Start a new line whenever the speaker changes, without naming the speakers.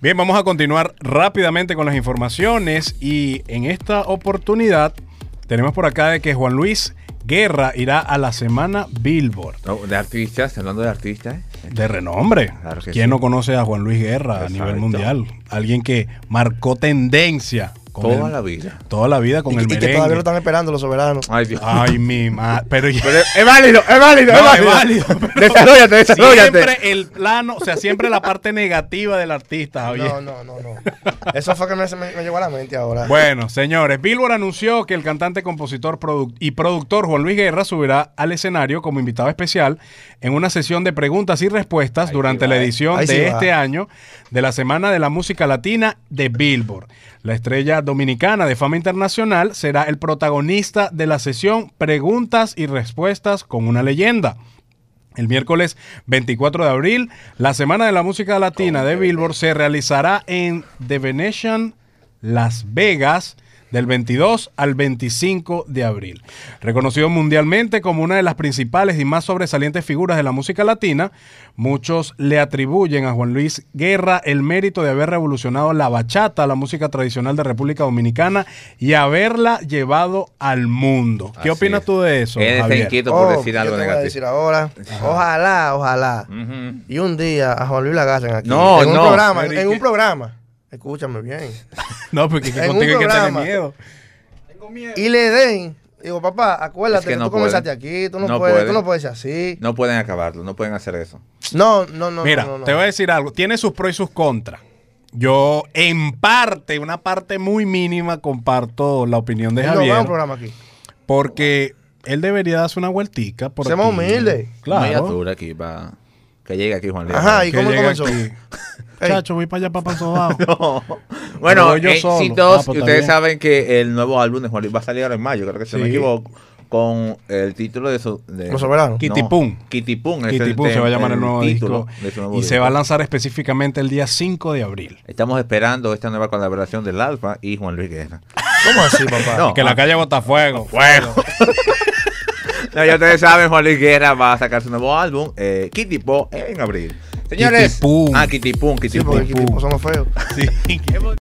Bien, vamos a continuar rápidamente con las informaciones y en esta oportunidad tenemos por acá de que Juan Luis Guerra irá a la semana Billboard.
No, de artistas, hablando de artistas. ¿eh?
De renombre.
Claro que
¿Quién
sí.
no conoce a Juan Luis Guerra a
Exacto.
nivel mundial? Alguien que marcó tendencia con
Toda
el-
la vida.
toda la vida con
Y,
el
y que
merengue.
todavía lo están esperando los soberanos.
Ay, Dios.
Ay, mi madre. Pero,
Pero es es válido, es válido,
Ah. No,
es
es
válido.
válido, pero-
Desarrollate, desarrollate.
siempre el plano, o sea, siempre la parte negativa del artista, Javier.
No, no, no, no. Eso fue que me, me- me llegó a la mente ahora.
Bueno, señores, Billboard anunció que el cantante, compositor produc- y productor Juan Luis Guerra subirá al escenario como invitado especial en una sesión de preguntas y respuestas durante la edición
Ahí
de
sí va.
este año de la Semana de la Música Latina de Billboard. La estrella dominicana de fama internacional será el protagonista de la sesión Preguntas y Respuestas con una leyenda. El miércoles 24 de abril, la Semana de la Música Latina de Billboard se realizará en The Venetian Las Vegas del 22 al 25 de abril. Reconocido mundialmente como una de las principales y más sobresalientes figuras de la música latina, muchos le atribuyen a Juan Luis Guerra el mérito de haber revolucionado la bachata, la música tradicional de República Dominicana, y haberla llevado al mundo. ¿Qué
Así
opinas
es.
tú de eso?
Ah, Él está
Javier?
inquieto
Oh,
por decir
yo
algo
te voy a
negativo.
decir ahora. Ojalá, ojalá.
Ujú.
Y un día a Juan Luis la agarren aquí.
No,
en un
no,
programa,
Eric.
en un programa. Escúchame bien.
No, porque que
En un
contigo hay que tener
programa.
miedo.
Y le den. Digo, papá, acuérdate
Es
que,
que no
tú
pueden.
comenzaste aquí, tú no,
No
puedes, tú
pueden.
no puedes ser así.
No pueden acabarlo, no pueden hacer eso.
No, no, no.
Mira,
no, no.
te voy a decir algo. Tiene sus pros y sus contras. Yo, en parte, una parte muy mínima, comparto la opinión de
Él No va a un
Javier.
programa aquí.
porque él debería darse una vueltica. Por
Seamos
aquí.
humildes.
Media
Claro.
dura aquí para que llegue aquí Juan Luis.
Ajá, ¿y
Que
cómo
llega
comenzó?
aquí.
Ey.
Chacho, voy para allá, para Paso Bajo.
No. Bueno,
Pero yo
eh,
solo.
si todos
Ah, pues, está
ustedes
bien.
saben que el nuevo álbum de Juan Luis va a salir ahora en mayo, creo que si no me
Sí.
equivoco, con el título de su. De,
Los Soberanos.
Kitipún.
Kitipún. es
Y
el
tipo, se
tem-
va a llamar el nuevo
título
disco.
de su nuevo
Y se
disco.
va a lanzar específicamente el día 5 de abril.
Estamos esperando esta nueva colaboración del Alfa y Juan Luis Guerra.
¿Cómo así, papá?
No. ah,
Que la calle bota fuego. Fuego.
No, ya ustedes saben, Juan Luis Guerra va a sacar su nuevo álbum, eh, Kitty Po, en abril. Señores,
Kitty Pum.
ah, Kitty Pum, Kitty
Sí, porque
Pum.
aquí tipo somos feos.
Sí.